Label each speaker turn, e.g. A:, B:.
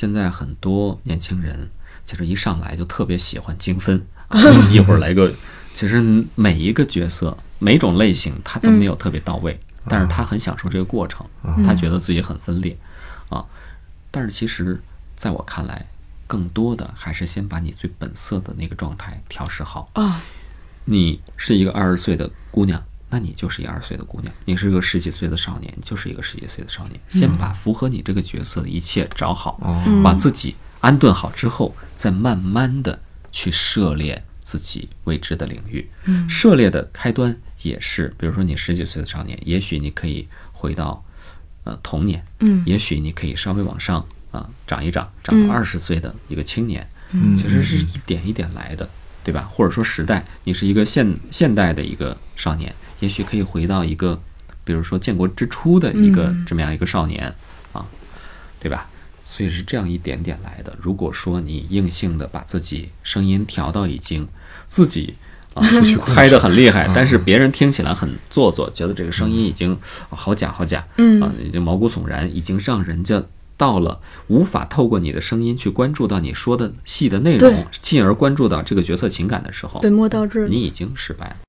A: 现在很多年轻人其实一上来就特别喜欢精分，啊一会儿来个，其实每一个角色、每种类型他都没有特别到位，但是他很享受这个过程，他觉得自己很分裂，啊，但是其实在我看来，更多的还是先把你最本色的那个状态调试好，
B: 啊，
A: 你是一个二十岁的姑娘，那你就是一个二十岁的姑娘；你是个十几岁的少年，你就是一个十几岁的少年。先把符合你这个角色的一切找好，把自己安顿好之后，再慢慢的去涉猎自己未知的领域。涉猎的开端也是，比如说你十几岁的少年，也许你可以回到呃童年，嗯，也许你可以稍微往上啊、长一长，长到二十岁的一个青年，嗯，其实是一点一点来的，对吧？或者说时代，你是一个现现代的一个少年，也许可以回到一个，比如说建国之初的一个、这么样一个少年啊，对吧？所以是这样一点点来的。如果说你硬性的把自己声音调到已经自己 啊嗨得很厉害，但是别人听起来很做作，觉得这个声音已经啊好假好假，嗯啊，已经毛骨悚然，已经让人家到了无法透过你的声音去关注到你说的戏的内容
B: 对，
A: 进而关注到这个角色情感的时候，
B: 本末倒置了。
A: 你已经失败了。